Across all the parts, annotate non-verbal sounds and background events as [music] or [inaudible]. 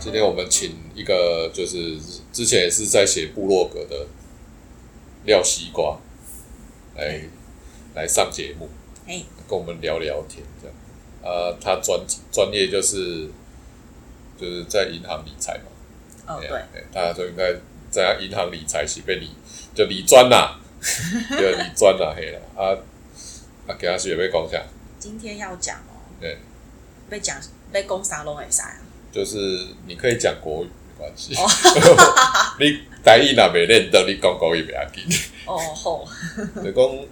今天我们请一个就是之前也是在写部落格的廖西瓜来来上节目，哎，跟我们聊聊天这样。呃，他专专业就是就是在银行理财嘛，哦哎呀对，哎大家就应该在银行理财是被理就理专 [laughs] 啦，就理专啦，嘿啦啊啊，给他是也被讲下，今天要讲哦，对，被讲被攻啥拢会啥呀？就是你可以讲国语没关系哦， [laughs] 你台语若袂认得，你讲国语袂要 [laughs] 紧。哦吼，就讲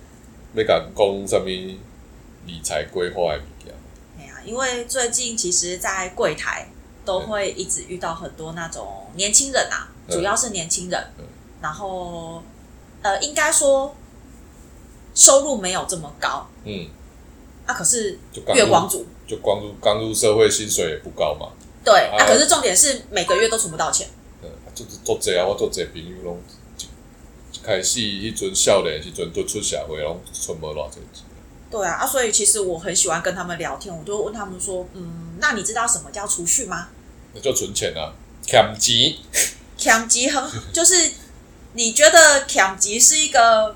要甲讲啥物理财规划的物件，哎呀，因为最近其实，在柜台都会一直遇到很多那种年轻人啊，对主要是年轻人对，然后呃，应该说收入没有这么高，嗯，啊，可是就刚入月光族。就光入刚入社会，薪水也不高嘛，对，啊啊，可是重点是每个月都存不到钱。嗯，就是做这啊，我做这朋友拢一一开始迄阵少年的时阵，都出社会拢存无偌济钱，对啊，啊，所以其实我很喜欢跟他们聊天，我就问他们说，嗯，那你知道什么叫储蓄吗？那就存钱啊，欠钱，强极很 [laughs] 就是你觉得强极是一个，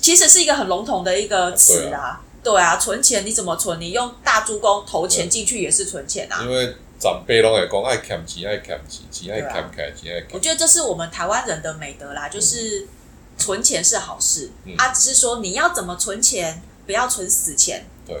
其实是一个很笼统的一个词对啊。对啊，存钱你怎么存？你用大猪公投钱进去也是存钱啊因。为长辈拢会讲爱欠钱，爱欠钱，钱爱对啊欠起来，钱爱我欠，觉得这是我们台湾人的美德啦，就是存钱是好事嗯，啊，只是说你要怎么存钱，不要存死钱。对，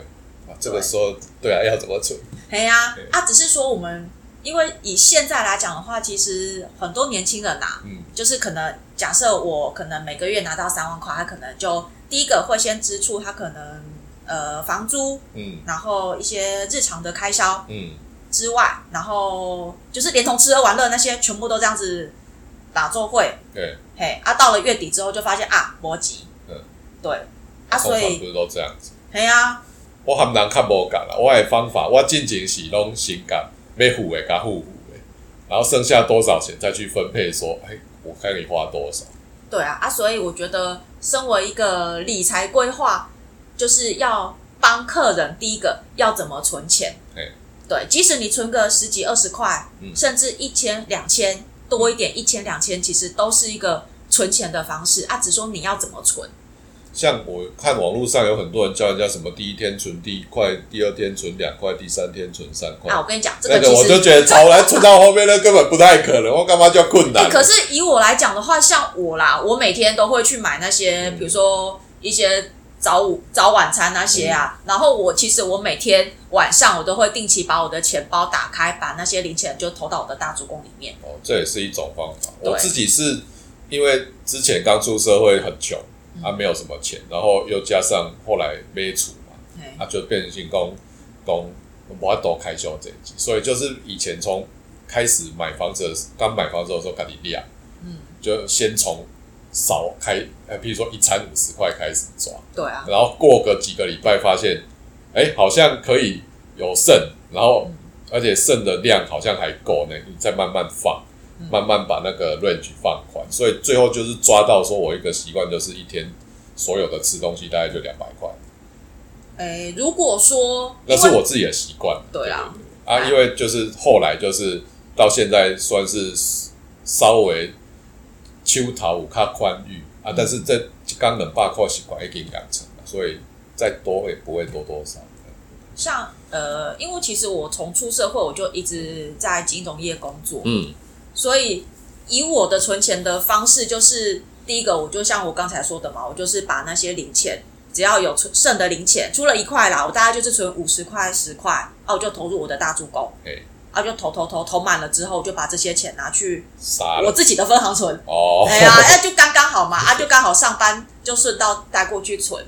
啊，这个时候对啊，要怎么存？嘿呀对，啊，只是说我们因为以现在来讲的话，其实很多年轻人啊呐、嗯就是可能假设我可能每个月拿到三万块，他可能就第一个会先支出他可能呃房租，嗯然后一些日常的开销嗯，之外，然后就是连同吃喝玩乐那些全部都这样子打做会，对，嘿，啊，到了月底之后就发现啊，摩吉，嗯，对，啊，通所常不以是都这样子。嘿呀、我含人较无共啦，我的方法，我进前是拢先甲要付的甲付付的，然后剩下多少钱再去分配说，哎，我看你花多少。对啊，啊，所以我觉得，身为一个理财规划，就是要帮客人第一个要怎么存钱嘿。对，即使你存个十几二十块，嗯甚至一千两千多一点，一千两千其实都是一个存钱的方式啊，只说你要怎么存。像我看网络上有很多人教人家什么第一天存第一块，第二天存两块，第三天存三块，啊，我跟你讲，这哦那个个其我实就觉得潮来存到后面那根本不太可能，我干嘛叫困难？欸可是以我来讲的话，像我啦，我每天都会去买那些，嗯比如说一些早午早晚餐那些嗯啊。然后我其实我每天晚上我都会定期把我的钱包打开，把那些零钱就投到我的大主公里面。哦，这也是一种方法。对我自己是因为之前刚出社会很穷，啊，没有什么钱，然后又加上后来没厝嘛，嘿啊，就变成是讲讲我都开销这一集，所以就是以前从开始买房子的时刚买房子的时候，赶紧量，嗯，就先从少开，呃，譬如说一餐五十块开始抓，对啊，然后过个几个礼拜发现，哎，好像可以有剩，然后而且剩的量好像还够呢，你再慢慢放嗯，慢慢把那个 range 放宽，所以最后就是抓到说我一个习惯就是一天所有的吃东西大概就两百块。诶、如果说那是因为我自己的习惯。对啦对，啊，因为就是后来就是到现在算是稍微秋桃有较宽裕啊，但是这刚冷霸块习惯已经养成了，所以再多也不会多多少。像呃，因为其实我从出社会我就一直在金融业工作，嗯所以以我的存钱的方式，就是第一个，我就像我刚才说的嘛，我就是把那些零钱，只要有存剩的零钱，除了一块啦，我大概就是存五十块、十块，啊，我就投入我的大助攻，嘿，啊，就投投投投满了之后，我就把这些钱拿去杀我了自己的分行存，哦，哎呀，哎、就刚刚好嘛，啊，就刚好上班就顺道带过去存，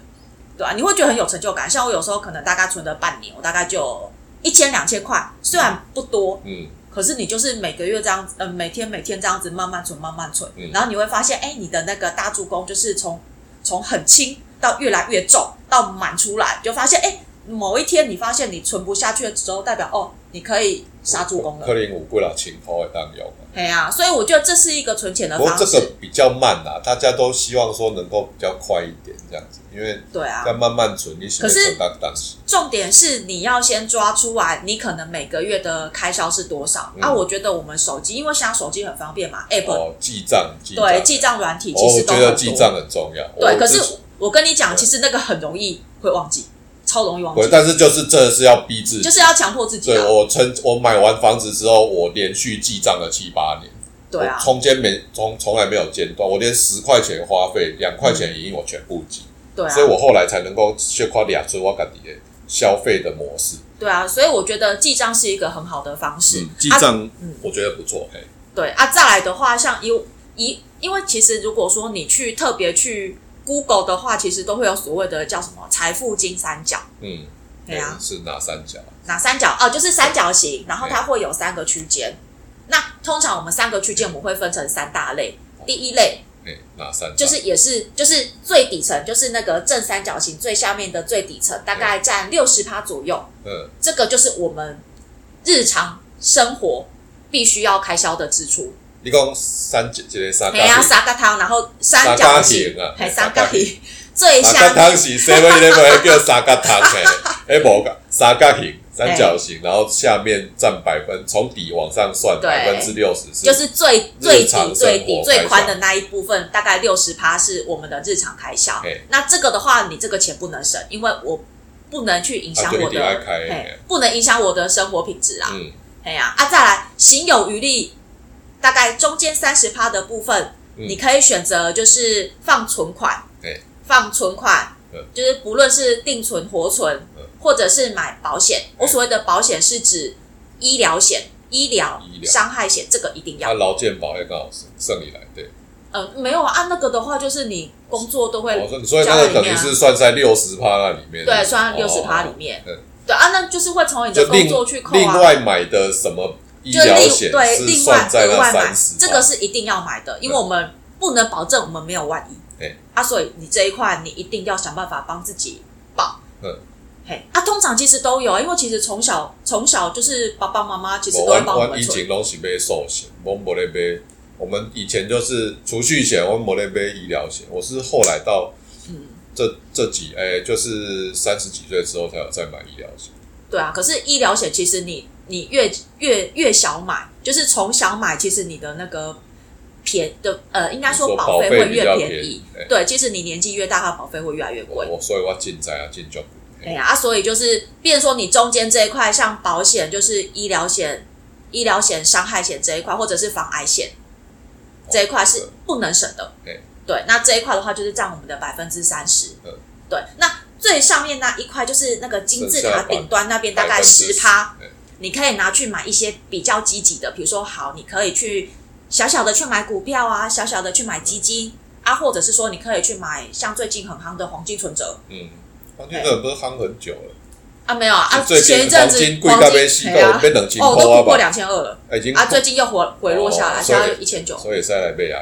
对啊，你会觉得很有成就感。像我有时候可能大概存了半年，我大概就一千两千块，虽然不多， [laughs] 嗯，可是你就是每个月这样子，呃，每天每天这样子慢慢存，慢慢存，嗯然后你会发现，哎、你的那个大助攻就是从从很轻到越来越重，到满出来，就发现，哎、某一天你发现你存不下去了之后，代表哦，你可以杀猪工可了。能有过啦，情头也当用啊。哎呀、所以我觉得这是一个存钱的不过方这式。个比较慢啦，大家都希望说能够比较快一点这样子，因为对啊，要慢慢存，你可想是存到当时，重点是你要先抓出来，你可能每个月的开销是多少、嗯啊？我觉得我们手机，因为现在手机很方便嘛，App、哦，记账记账对记账软体哦其我实都觉很多。得记账很重要。对，我可之前是我跟你讲，对其实那个很容易会忘记，超容易忘对，记，但是就是这是要逼自己。就是要强迫自己对啊。我曾我买完房子之后，我连续记账了七八年，对啊我，中间没从从来没有间断，我连十块钱花费、两块嗯钱影音我全部记，对啊所以，我后来才能够学垮俩所以我感觉消费的模式，对啊，所以我觉得记账是一个很好的方式。啊、账嗯我觉得不错，嘿，对啊，再来的话，像以以，因为其实如果说你去特别去 Google 的话，其实都会有所谓的叫什么财富金三角。嗯，对啊，是哪三角？哪三角？哦，就是三角形，然后它会有三个区间。那通常我们三个区间我们会分成三大类。第一类哎，哪三角？就是也是就是最底层，就是那个正三角形最下面的最底层，大概占六十趴左右。嗯，这个就是我们日常生活必须要开销的支出。你讲三角，这个三哎呀，角形，三角汤，然后三三角角形啊还嘿三三角角形最三角下面汤是 seven eleven 叫三角汤嘿， [laughs] 哎，无三角形。三角形，然后下面占百分，从底往上算对百分之六十是，就是最最日常生活底最底开销最宽的那一部分，大概六十趴是我们的日常开销嘿。那这个的话，你这个钱不能省，因为我不能去影响啊对我一定的要开，嘿嘿不能影响我的生活品质啊。嗯哎呀，啊，再来，行有余力，大概中间三十趴的部分，嗯你可以选择就是放存款，对，放存款，嗯就是不论是定存、活存，嗯或者是买保险。我所谓的保险是指医疗险、医疗医疗伤害险，这个一定啊，要。劳健保也刚好剩剩你来，对，呃，没有啊，啊那个的话就是你工作都会哦，所以所以那个等交了呃一于面啊是算在六十趴那里面，对算在六十哦趴里面，嗯对啊，那就是会从你的就工另作去扣啊。另外买的什么医就疗另险对是另外算在额那外买三十，，这个是一定要买的，因为我们不能保证我们没有万一。对啊，所以你这一块你一定要想办法帮自己保。嗯，嘿，啊，通常其实都有，因为其实从小从小就是爸爸妈妈其实哦我都会玩帮我玩们以存。前拢是买寿险，我没咧买，我们以前就是储蓄险，我没咧买医疗险，我是后来到嗯，这这几哎、就是三十几岁之后才有再买医疗险，对啊，可是医疗险其实你你越越越小买，就是从小买，其实你的那个便的呃，应该你说说保费保费会比越较便便宜宜。哎对，其实你年纪越大，它保费会越来越贵我。我所以我进在啊进就。哎呀、啊，所以就是，变成说你中间这一块，像保险就是医疗险、医疗险、伤害险这一块，或者是防癌险这一块是不能省的。对哦对，那这一块的话就是占我们的百分之三十嗯。对，那最上面那一块就是那个金字剩塔下顶端那边大概十10%趴，哎你可以拿去买一些比较积极的，比如说好，你可以去小小的去买股票啊，小小的去买基金啊，或者是说你可以去买像最近很夯的黄金存折。嗯，黄金可不是夯很久了，啊，没有啊，啊最前一近阵黄子金贵黄到金被吸哎呀到被冷清哦，都扣啊突破吧，两千二了哎已经啊，最近又回回落下来，哦现在所以一千九。所以再来买啊，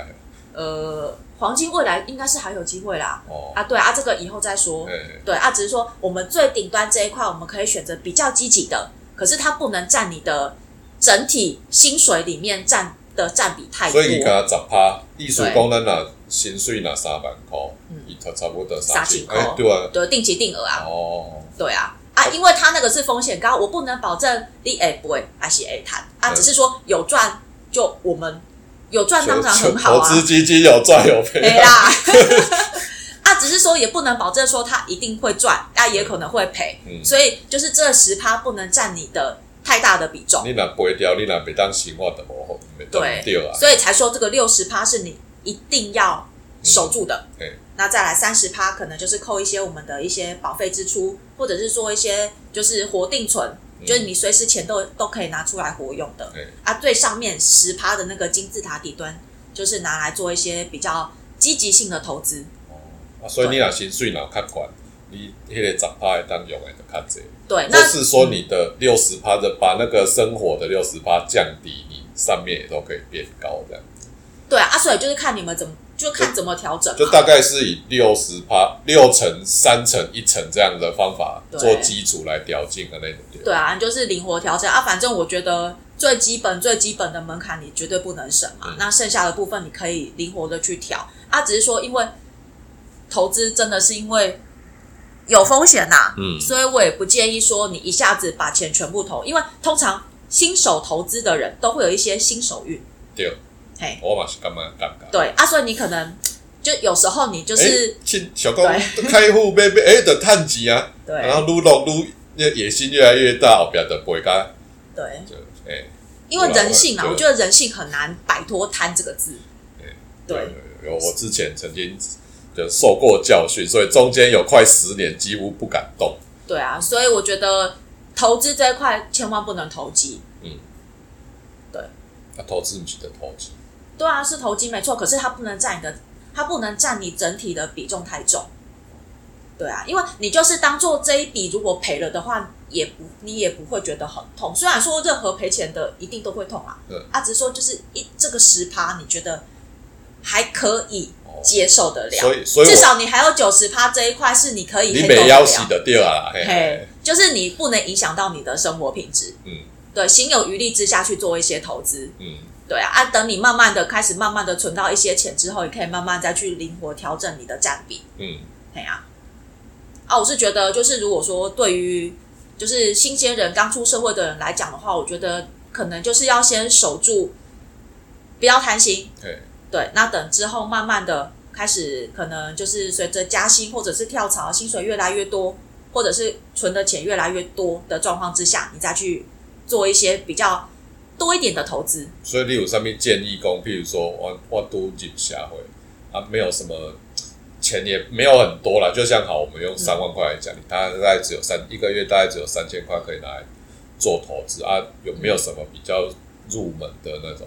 呃，黄金未来应该是还有机会啦。哦，啊，对啊，这个以后再说。哎，对啊，只是说我们最顶端这一块，我们可以选择比较积极的，可是它不能占你的整体薪水里面占的占比太所。多以伊甲十趴，意思讲咱若薪水若三万箍嗯，伊差差不多三三千千，块哎，对啊，对，定期定额啊，哦，对啊，啊，因为它那个是风险高，我不能保证你 A 不会还是 A 谈啊，嗯只是说有赚就我们有赚当然很好投啊资，基金有赚有赔赔啊，啦。 [laughs] 啊，只是说也不能保证说它一定会赚，啊也可能会赔，嗯所以就是这十趴不能占你的太大的比重，你若赔掉，你若袂当生活的无好，袂当对对啊，所以才说这个六十趴是你一定要守住的。嗯对那再来三十趴，可能就是扣一些我们的一些保费支出，或者是做一些就是活定存，嗯就是你随时钱都都可以拿出来活用的。对啊，最上面十趴的那个金字塔底端，就是拿来做一些比较积极性的投资。啊，所以你若薪水若较悬，你迄个十趴会当用的就较济，对，或那是说你的六十趴的把那个生活的六十趴降低，你上面也都可以变高这样。对啊，啊所以就是看你们怎么就看怎么调整就嘛。大概是以六十趴、六层、三层、一层这样的方法对做基础来调进的那种店。对啊，你就是灵活调整啊。反正我觉得最基本、最基本的门槛你绝对不能省嘛。嗯那剩下的部分你可以灵活的去调啊。只是说，因为投资真的是因为有风险呐、嗯所以我也不建议说你一下子把钱全部投，因为通常新手投资的人都会有一些新手运。对，嘿，我嘛是干嘛尴尬。对啊，所以你可能就有时候你就是、诶去小公开户买买，哎，得趁钱啊，然对后撸落撸，那野心越来越大，后边的不会干，对，就哎，因为人性啊，对我觉得人性很难摆脱贪这个字。对，有有我之前曾经就受过教训，所以中间有快十年几乎不敢动。对啊，所以我觉得投资这一块千万不能投机。那啊投资不是的投资，对啊，是投机没错，可是它不能占你的，它不能占你整体的比重太重。对啊，因为你就是当做这一笔如果赔了的话，也不你也不会觉得很痛。虽然说任何赔钱的一定都会痛啊，对啊，只是说就是一这个十趴，你觉得还可以哦接受得了，所以所以至我少你还有九十趴这一块是你可以你每 handle 得要了洗的掉啊，嘿嘿嘿，，就是你不能影响到你的生活品质。嗯对，行有余力之下去做一些投资。嗯，对啊，啊，等你慢慢的开始慢慢的存到一些钱之后，你可以慢慢再去灵活调整你的占比。嗯，哎呀、啊，啊，我是觉得就是如果说对于就是新鲜人刚出社会的人来讲的话，我觉得可能就是要先守住，不要贪心。嘿，对，那等之后慢慢的开始，可能就是随着加薪或者是跳槽，薪水越来越多，或者是存的钱越来越多的状况之下，你再去做一些比较多一点的投资。所以你有上面建议工，譬如说我我都入下回啊，没有什么钱也没有很多啦，就像好，我们嗯用三万块来讲，你大概只有三一个月大概只有三千块可以拿来做投资啊，有没有什么比较入门的那种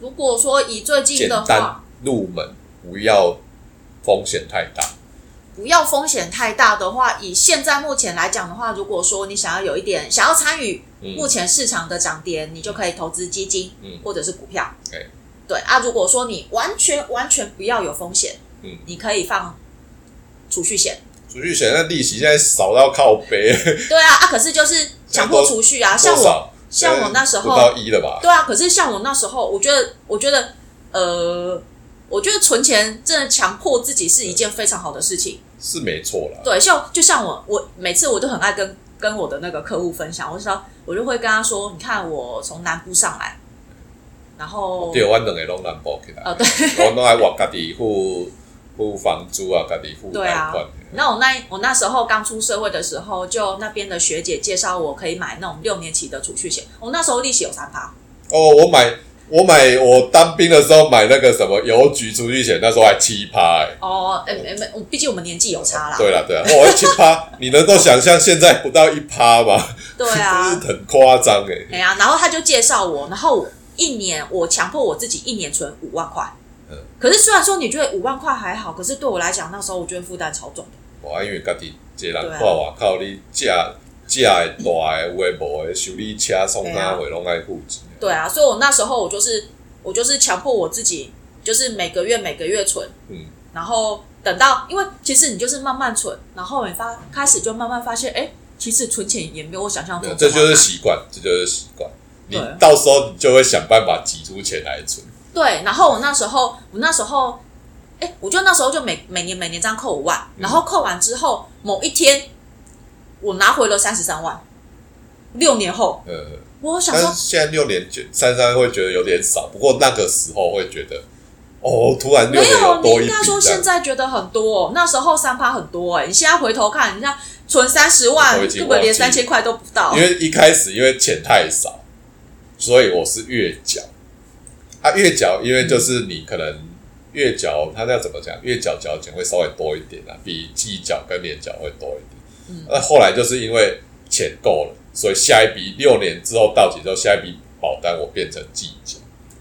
如果说以最近简的单话，入门，不要风险太大，不要风险太大的话，以现在目前来讲的话，如果说你想要有一点想要参与嗯目前市场的涨跌，你就可以投资基金，嗯哎或者是股票。对对啊，如果说你完全完全不要有风险，嗯你可以放储蓄险。储蓄险那利息现在少到靠背，对啊，啊，可是就是强迫储蓄啊，像多我，少？哎像我那时不候，到一了吧？对啊，可是像我那时候，我觉得，我觉得，呃，我觉得存钱真的强迫自己是一件非常好的事情。是没错啦。对，像就像我，我每次我都很爱跟跟我的那个客户分享，我就说，我就会跟他说，你看我从南部上来，然哦后对，我两个拢难保起来。呃，对， [laughs] 我拢爱活家己付付房租啊，家己付对贷啊款。那我那我那时候刚出社会的时候，就那边的学姐介绍我可以买那种六年期的储蓄险，我那时候利息有三趴，哦，我买我买我当兵的时候买那个什么邮局储蓄险，那时候还七趴哎。哦，哎、哎没、我毕竟我们年纪有差啦，对啦对啦，哇七 [laughs] 趴，你能够想象现在不到一趴吗？对 [laughs] 啊真，是很夸张哎。哎呀、然后他就介绍我，然后我一年我强迫我自己一年存五万块嗯。可是虽然说你觉得五万块还好，可是对我来讲，那时候我觉得负担超重的。哇，因为家己一个人对啊看外口，你食食的大的有诶无诶，修理车送啊哪回拢爱付钱。对啊，所以我那时候我就是我就是强迫我自己，就是每个月每个月存，嗯，然后等到，因为其实你就是慢慢存，然后你发开始就慢慢发现，哎，其实存钱也没有我想象中对么这就是难习惯，这就是习惯。你对啊到时候你就会想办法挤出钱来存。对，然后我那时候，我那时候，哎，我就那时候就每每年每年这样扣五万，嗯然后扣完之后，某一天我拿回了三十三万。六年后，呃，我想但说是，现在六年觉三三会觉得有点少，不过那个时候会觉得，哦，突然六没年有，你多一应笔该说这现样，在觉得很多、哦，那时候三趴很多哎、你现在回头看，你像存三十万，我已经根本连忘三记千块都不到因。为一开始因为钱太少，所以我是月缴。啊，月缴，因为就是你可能月缴，它要怎么讲？月缴缴的钱会稍微多一点啊，比季缴跟年缴会多一点嗯。那、后来就是因为钱够了，所以下一笔六年之后到期之后，下一笔保单我变成季缴。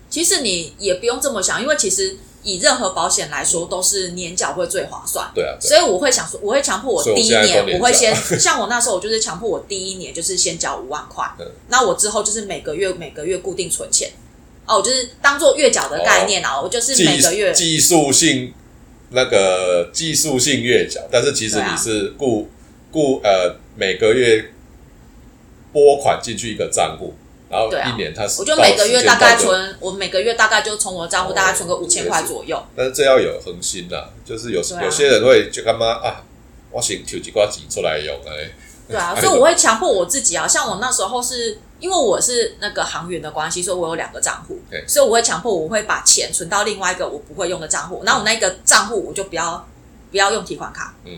其实你也不用这么想，因为其实以任何保险来说，都是年缴会最划算。对啊，对啊所以我会想说，我会强迫我所以我第一现在年都，连我会缴先像我那时候，我就是强迫我第一年就是先缴五万块嗯，那我之后就是每个月每个月固定存钱。哦，我就是当做月缴的概念啊，我就是每个月技技术性那个技术性月缴，但是其实对啊你是固、固呃每个月拨款进去一个账户，然后对啊一年它是、我就每个月大概到时间到就，存，我每个月大概就从我账户大概存个哦五千块左右。但是这要有恒心呐、就是有、对啊有些人会就干嘛啊，我先取几块钱出来用哎，对啊，哎所以我会强迫我自己啊，像我那时候是因为我是那个航员的关系，所以我有两个账户对，所以我会强迫我会把钱存到另外一个我不会用的账户，然后我那个账户我就不要不要用提款卡。嗯，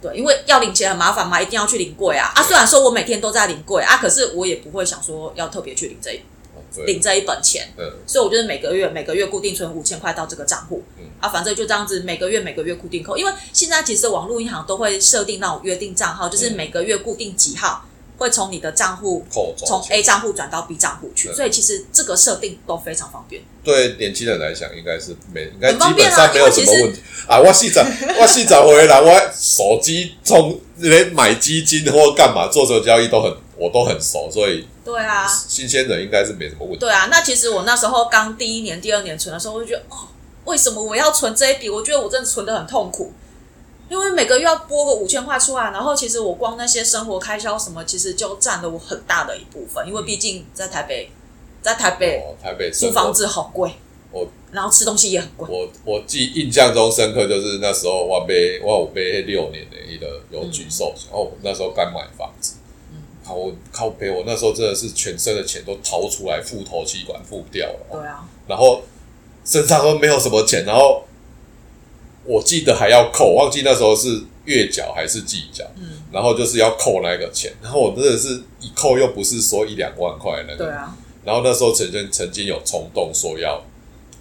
对，因为要领钱很麻烦嘛，一定要去领柜啊啊！对虽然说我每天都在领柜啊，可是我也不会想说要特别去领这一哦对，领这一本钱，嗯，所以我就是每个月每个月固定存五千块到这个账户，嗯啊，反正就这样子每个月每个月固定扣，因为现在其实网络银行都会设定那种约定账号，就是嗯每个月固定几号会从你的账户扣走从 A 账户转到 B 账户去，对所以其实这个设定都非常方便。对年轻人来讲，应该是没，应该很方基便本啊上没有什么因为问题啊。我细 [laughs] 找，我细找回来，我手机从连买基金或干嘛做什么交易都很，我都很熟，所以对啊，新鲜人应该是没什么问题。对啊，那其实我那时候刚第一年、第二年存的时候，我就觉得哦，为什么我要存这一笔？我觉得我真的存的很痛苦，因为每个月要拨个五千块出来，然后其实我光那些生活开销什么，其实就占了我很大的一部分，因为毕竟在台北，在台北哦，台北租生活房子好贵，我然后吃东西也很贵，我我记印象中深刻就是那时候我被我有被六年的一个邮局受然后我那时候刚买房子，嗯靠我靠北，我那时候真的是全身的钱都掏出来付头期款付掉了，对啊，然后身上都没有什么钱，然后我记得还要扣，忘记那时候是月缴还是季缴，嗯，然后就是要扣那个钱，然后我真的是一扣又不是说一两万块那对个，啊，然后那时候曾经曾经有冲动说要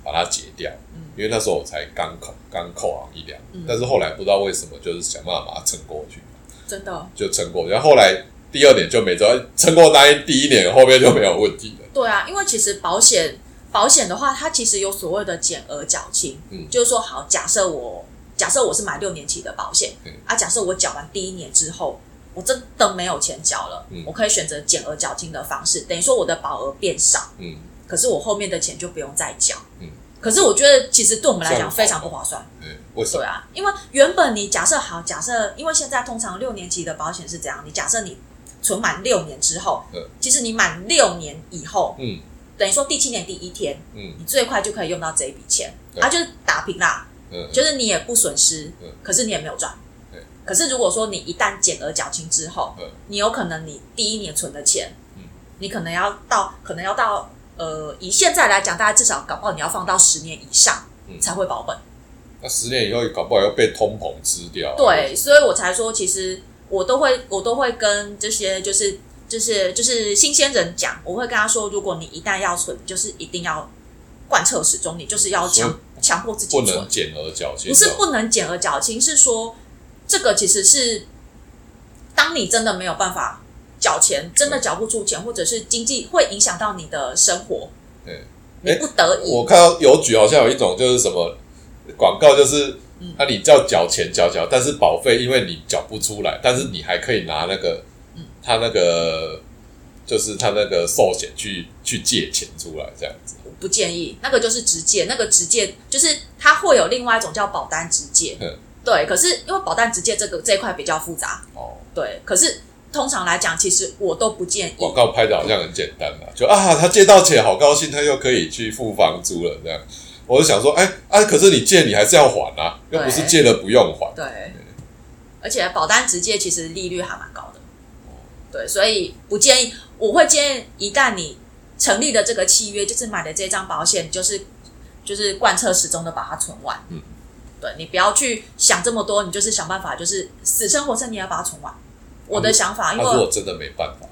把它结掉，嗯因为那时候我才刚扣刚扣好一两，嗯但是后来不知道为什么就是想办法把它撑过去，真的，就撑过去，然后后来第二年就没辙，撑过那一第一年后面就没有问题了，对啊，因为其实保险保险的话，它其实有所谓的减额缴清，嗯就是说，好，假设我假设我是买六年期的保险，嗯啊，假设我缴完第一年之后，我真的没有钱缴了，嗯我可以选择减额缴清的方式，等于说我的保额变少，嗯，可是我后面的钱就不用再缴，嗯可是我觉得其实对我们来这讲样啊非常不划算，对，为什对么？啊，因为原本你假设好，假设因为现在通常六年期的保险是这样，你假设你存满六年之后，嗯其实你满六年以后，嗯等于说第七年第一天，嗯你最快就可以用到这一笔钱，对啊，就是打平啦，嗯，就是你也不损失嗯，可是你也没有赚对。可是如果说你一旦减额缴清之后嗯，你有可能你第一年存的钱嗯，你可能要到，可能要到呃，以现在来讲，大概至少搞不好你要放到十年以上嗯才会保本。那十年以后搞不好又被通膨吃掉、啊。对，所以我才说，其实我都会，我都会跟这些就是就是就是新鲜人讲，我会跟他说，如果你一旦要存，就是一定要贯彻始终，你就是要所以强强迫自己不存能，减额缴清。不是不能减额缴清，是说这个其实是当你真的没有办法缴钱，真的缴不出钱，或者是经济会影响到你的生活，对，你不得已，我看到邮局好像有一种就是什么广告，就是嗯那、啊你叫缴钱缴缴，但是保费因为你缴不出来，但是你还可以拿那个嗯他那个就是他那个寿险去去借钱出来这样子。不建议，那个就是直借，那个直借就是它会有另外一种叫保单直借嗯，对。可是因为保单直借这个这一块比较复杂，哦，对。可是通常来讲，其实我都不建广议，告拍的好像很简单啦，就啊他借到钱好高兴，他又可以去付房租了这样。我就想说，哎、啊，可是你借你还是要还啊，又不是对借了不用还。对。而且保单直借其实利率还蛮高的，对，所以不建议。我会建议，一旦你成立了这个契约，就是买的这张保险，就是就是贯彻始终的把它存完。嗯，对你不要去想这么多，你就是想办法，就是死撑活撑，你也要把它存完。我的想法，因他为如果真的没办法，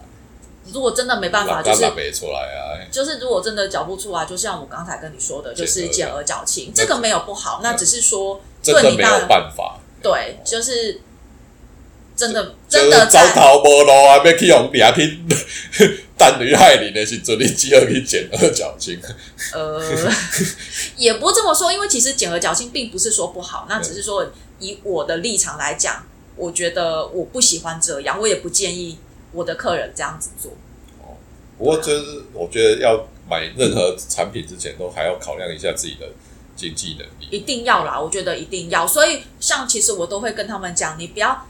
如果真的啊没办法，就干是嘛没出来啊？哎就是如果真的缴不出来，啊就像我刚才跟你说的，就是减减额额缴清，这个没有不好，那只是说真对的你没有大办法，对，就是真的就真是的走在投无路啊，要去用掠去 [laughs] 等于害你的时阵，你只好去捡二角金。呃， [laughs] 也不这么说，因为其实减额缴清并不是说不好，那只是说以我的立场来讲，我觉得我不喜欢这样，我也不建议我的客人这样子做。不过就是我觉得要买任何产品之前，都还要考量一下自己的经济能力。一定要啦，我觉得一定要。所以像其实我都会跟他们讲，你不要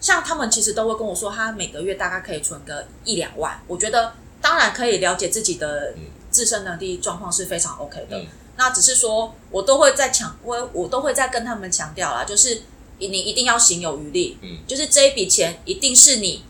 像他们其实都会跟我说，他每个月大概可以存个一两万。我觉得当然可以了解自己的嗯自身能力状况是非常 OK 的。嗯那只是说我都会在强，我我都会在跟他们强调啦，就是你一定要行有余力，嗯，就是这一笔钱一定是你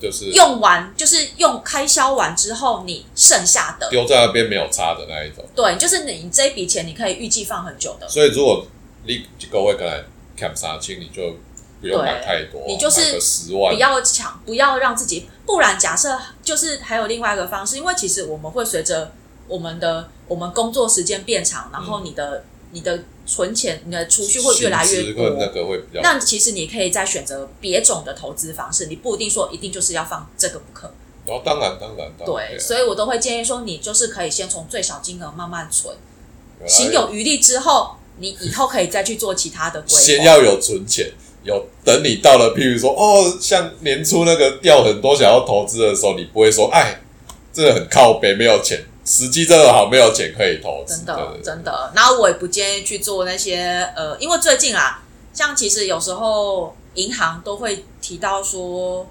就是用完，就是用开销完之后你剩下的。丢在那边没有差的那一种。对，就是你这一笔钱，你可以预计放很久的。所以如果你一个月跟来 cap 三千，你就不用买对太多，啊你就是买个十万不，要抢，不要让自己，不然假设就是还有另外一个方式，因为其实我们会随着我们的我们工作时间变长，然嗯后你的、你的存钱、你的储蓄会越来越薪资会那多。个会比较。那其实你可以再选择别种的投资方式，你不一定说一定就是要放这个不可。然后当然当然当然，对，哦啊所以我都会建议说，你就是可以先从最小金额慢慢存，原来行有余力之后，你以后可以再去做其他的规划。先要有存钱，有等你到了，譬如说哦，像年初那个掉很多想要投资的时候，你不会说哎，这个很靠北，没有钱，时机真的好，没有钱可以投资，真的对真的。然后我也不建议去做那些呃，因为最近啊，像其实有时候银行都会提到说，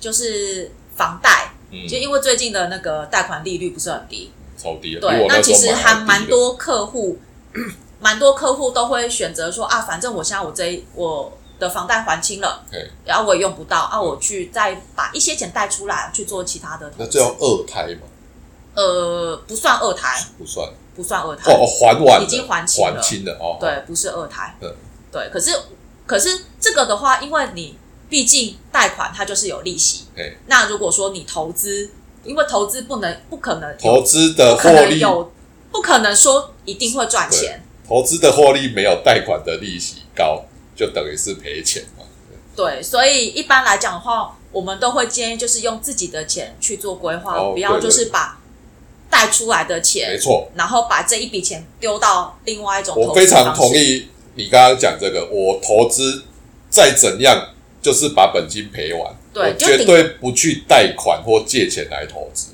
就是房贷，嗯，就因为最近的那个贷款利率不是很低，超低了，比对我，那时其候实买还还蛮低的，多客户， [clears throat] 蛮多客户都会选择说啊，反正我现在我这一我的房贷还清了对，然后我也用不到嗯啊，我去再把一些钱贷出来去做其他的投那资最，后二胎嘛呃，不算二胎，不算哦，不算二胎，哦还完了已经还清了还清了哦，对，不是二胎。嗯对，可是可是这个的话，因为你毕竟贷款它就是有利息，对，那如果说你投资，因为投资不能不可能投资的不获可能利，有不可能说一定会赚钱，投资的获利没有贷款的利息高，就等于是赔钱嘛，对，所以一般来讲的话，我们都会建议就是用自己的钱去做规划，哦不要对对就是把贷出来的没钱。错，然后把这一笔钱丢到另外一种我投资非常方式同意你刚刚讲这个，我投资再怎样，就是把本金赔完，对我就绝顶对不去贷款或借钱来投资，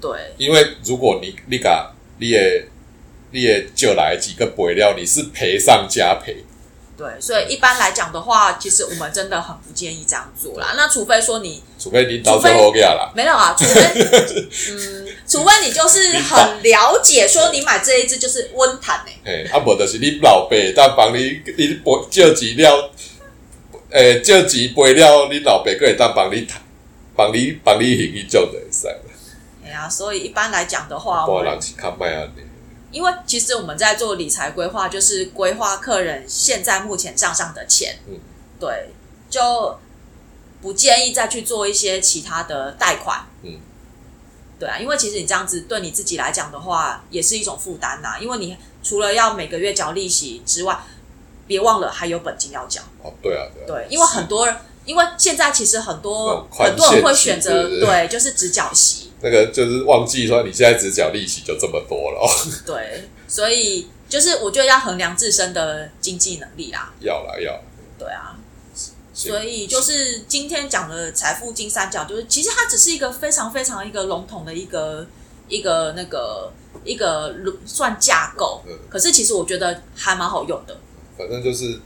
对因为如果你你敢你也你也就来几个赔料，你是赔上加赔，对，所以一般来讲的话，其实我们真的很不建议这样做啦。那除非说你除非你到最后给啦，没有啊，除非嗯，除非你就是很了解，说你买这一只就是温毯欸诶、嘿，啊无就是你老爸，但帮你你赔借钱了，诶、借钱赔了，你老爸个会当帮你谈，帮你帮你行去种就会使了，哎呀、所以一般来讲的话，无我人是较卖安尼。因为其实我们在做理财规划，就是规划客人现在目前账上的钱，嗯对，就不建议再去做一些其他的贷款，嗯，对啊，因为其实你这样子对你自己来讲的话，也是一种负担呐、因为你除了要每个月缴利息之外，别忘了还有本金要缴，哦，对啊，对啊，对，因为很多人，因为现在其实很那多种宽很多人限会期选择是不是对，就是只缴息，那个就是忘记说你现在只缴利息就这么多了，哦、 [laughs] 对，所以就是我觉得要衡量自身的经济能力啦，要啦要啦，对啊，行所以就是今天讲的财富金三角，就是其实它只是一个非常非常一个笼统的一个一个那个一个算架构嗯，可是其实我觉得还蛮好用的，反正就是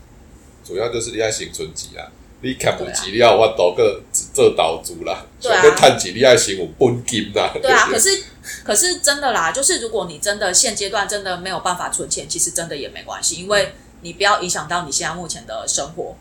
主要就是你爱行存钱啦，你看不对啊起你要我倒个做岛主啦，对啊想要趁钱你爱行有本金啦，对啊，不可是可是真的啦，就是如果你真的现阶段真的没有办法存钱，其实真的也没关系，因为你不要影响到你现在目前的生活。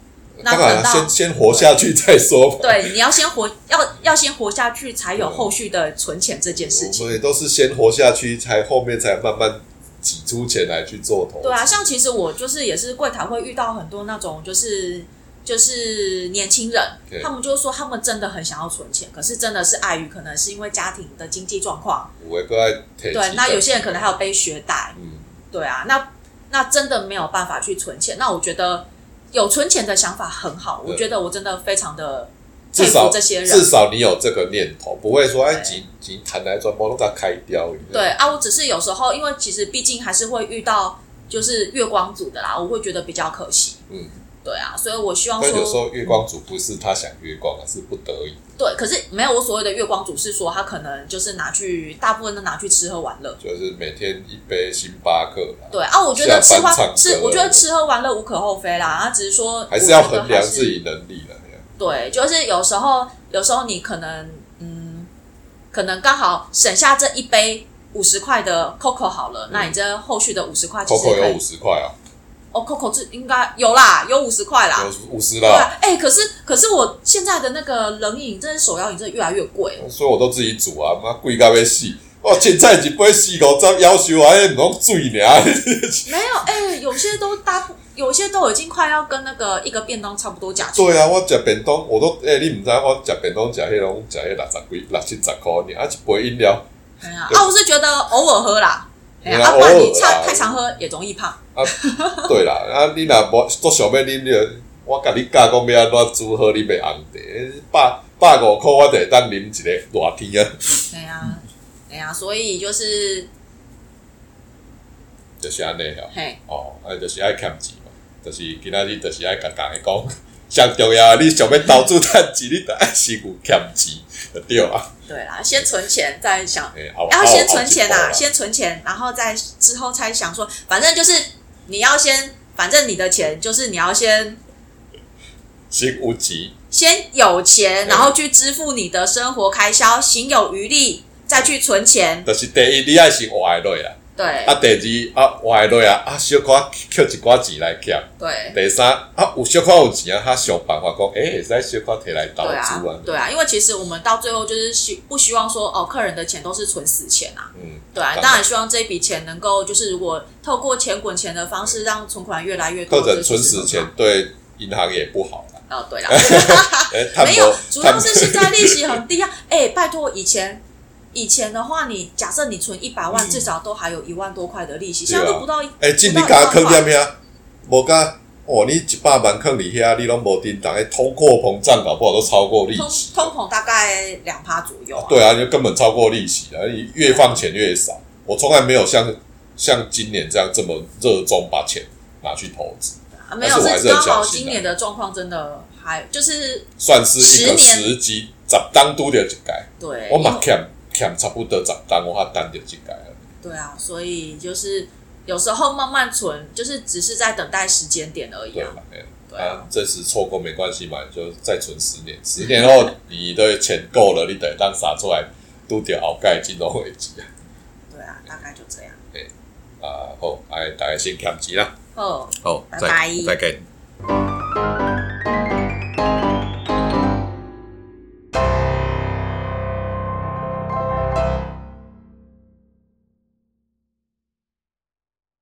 那当然等到先先活下去再说吧。对，你要先活，要要先活下去，才有后续的存钱这件事我情。们也都是先活下去，才后面才慢慢挤出钱来去做投资。对啊，像其实我就是也是柜台会遇到很多那种就是就是年轻人对，他们就说他们真的很想要存钱，可是真的是碍于可能是因为家庭的经济状况，我也够爱提对起，那的有些人可能还有背学贷，嗯，对啊，那那真的没有办法去存钱。那我觉得有存钱的想法很好，我对觉得我真的非常的至佩少服这些人，至少你有这个念头，不会说哎，对急急谈来转，包都给它开掉一样。对啊，我只是有时候，因为其实毕竟还是会遇到就是月光族的啦，我会觉得比较可惜。嗯，对啊，所以我希望但有时说，候月光族不是他想月光，而是不得已，对，可是没有我所谓的月光族是说他可能就是拿去大部分都拿去吃喝玩乐。就是每天一杯星巴克啦，对啊，我觉得吃下班花唱吃，歌我觉得吃喝玩乐无可厚非啦。啊，只是啊说还是要我觉得衡量还是自己能力了。哎呀对，就是有时候，有时候你可能，嗯，可能刚好省下这一杯五十块的 COCO 好了，那你这后续的五十块其实 Coco 可有五以。十块啊，哦，COCO 这应该有啦，有五十块啦。有五十对啦，啊，哎、可是可是我现在的那个冷饮，真的手摇饮，真的越来越贵。所以我都自己煮啊，妈贵到要死。我凊彩一杯四五十，要求还唔讲水尔，没有，哎、有些都搭不，有些都已经快要跟那个一个便当差不多价 [laughs] 钱。对啊，我食便当，我都诶、你毋知我食便当食迄种食迄六十几、六七十箍尔，啊一杯饮料，哎呀，对啊，我是觉得偶尔喝啦，哎对呀，啊啊，不然偶尔你啦太太常喝也容易胖。对啦，啊你若无做想要啉，你就我甲你教讲要安怎煮好你袂红茶，百百五箍我就会当啉一个热天啊，对哎呀、对呀、所以就是就是安尼哦。嘿，哦，啊就是爱欠钱嘛，就是今仔日就是爱甲大家讲， [laughs] 上重要的你想要投资趁钱，你就爱是有欠钱，就对啊，对啦，先存钱再想，诶、后然后先存钱啊啊，，先存钱，然后再之后才想说，反正就是你要先，反正你的钱就是你要先先有钱，先有嗯钱，然后去支付你的生活开销，行有余力再去存钱，就是第一你爱是活会落啦。对啊，第二啊，活会落啊，啊，小可捡一寡钱来捡。对。第三啊，有小可有钱啊，他想办法讲，诶、会使小可摕来投对啊资啊，。对啊，因为其实我们到最后就是希不希望说哦，客人的钱都是存死钱啊，嗯，对啊，当然当然希望这笔钱能够就是如果透过钱滚钱的方式，让存款越来越多，或者存这就是死很钱好。对银行也不好啦。哦，对啦， [laughs] 诶、欸，没有，主要是现在利息很低啊。哎、拜托，以前以前的话你，假设你存一百万，嗯至少都还有一万多块的利息，对啊现在都不到一。诶，今年甲坑点遐，啊无甲哦，你一百万坑伫遐，你拢无叮当，诶，通货膨胀搞不好都超过利通息。通膨大概两趴左右啊。对啊，就根本超过利息啊！你越放钱越少。我从来没有像像今年这样这么热衷把钱拿去投资，啊没有，但是我还是很刚小好心啊今年的状况真的还就是算是一个十年时机，十当拄着一届，对，我因嘛为欠欠差不多十当，我还等着一届啊。对啊，所以就是有时候慢慢存，就是只是在等待时间点而已对啊。嘛？嘿对啊啊，，这时错过没关系嘛，你就再存十年，十年后你的钱够了，你得当撒出来，拄着后盖金融危机啊！对啊，大概就这样。啊，好，哎，大家先欠钱啦，哦。好拜再拜再见。拜拜。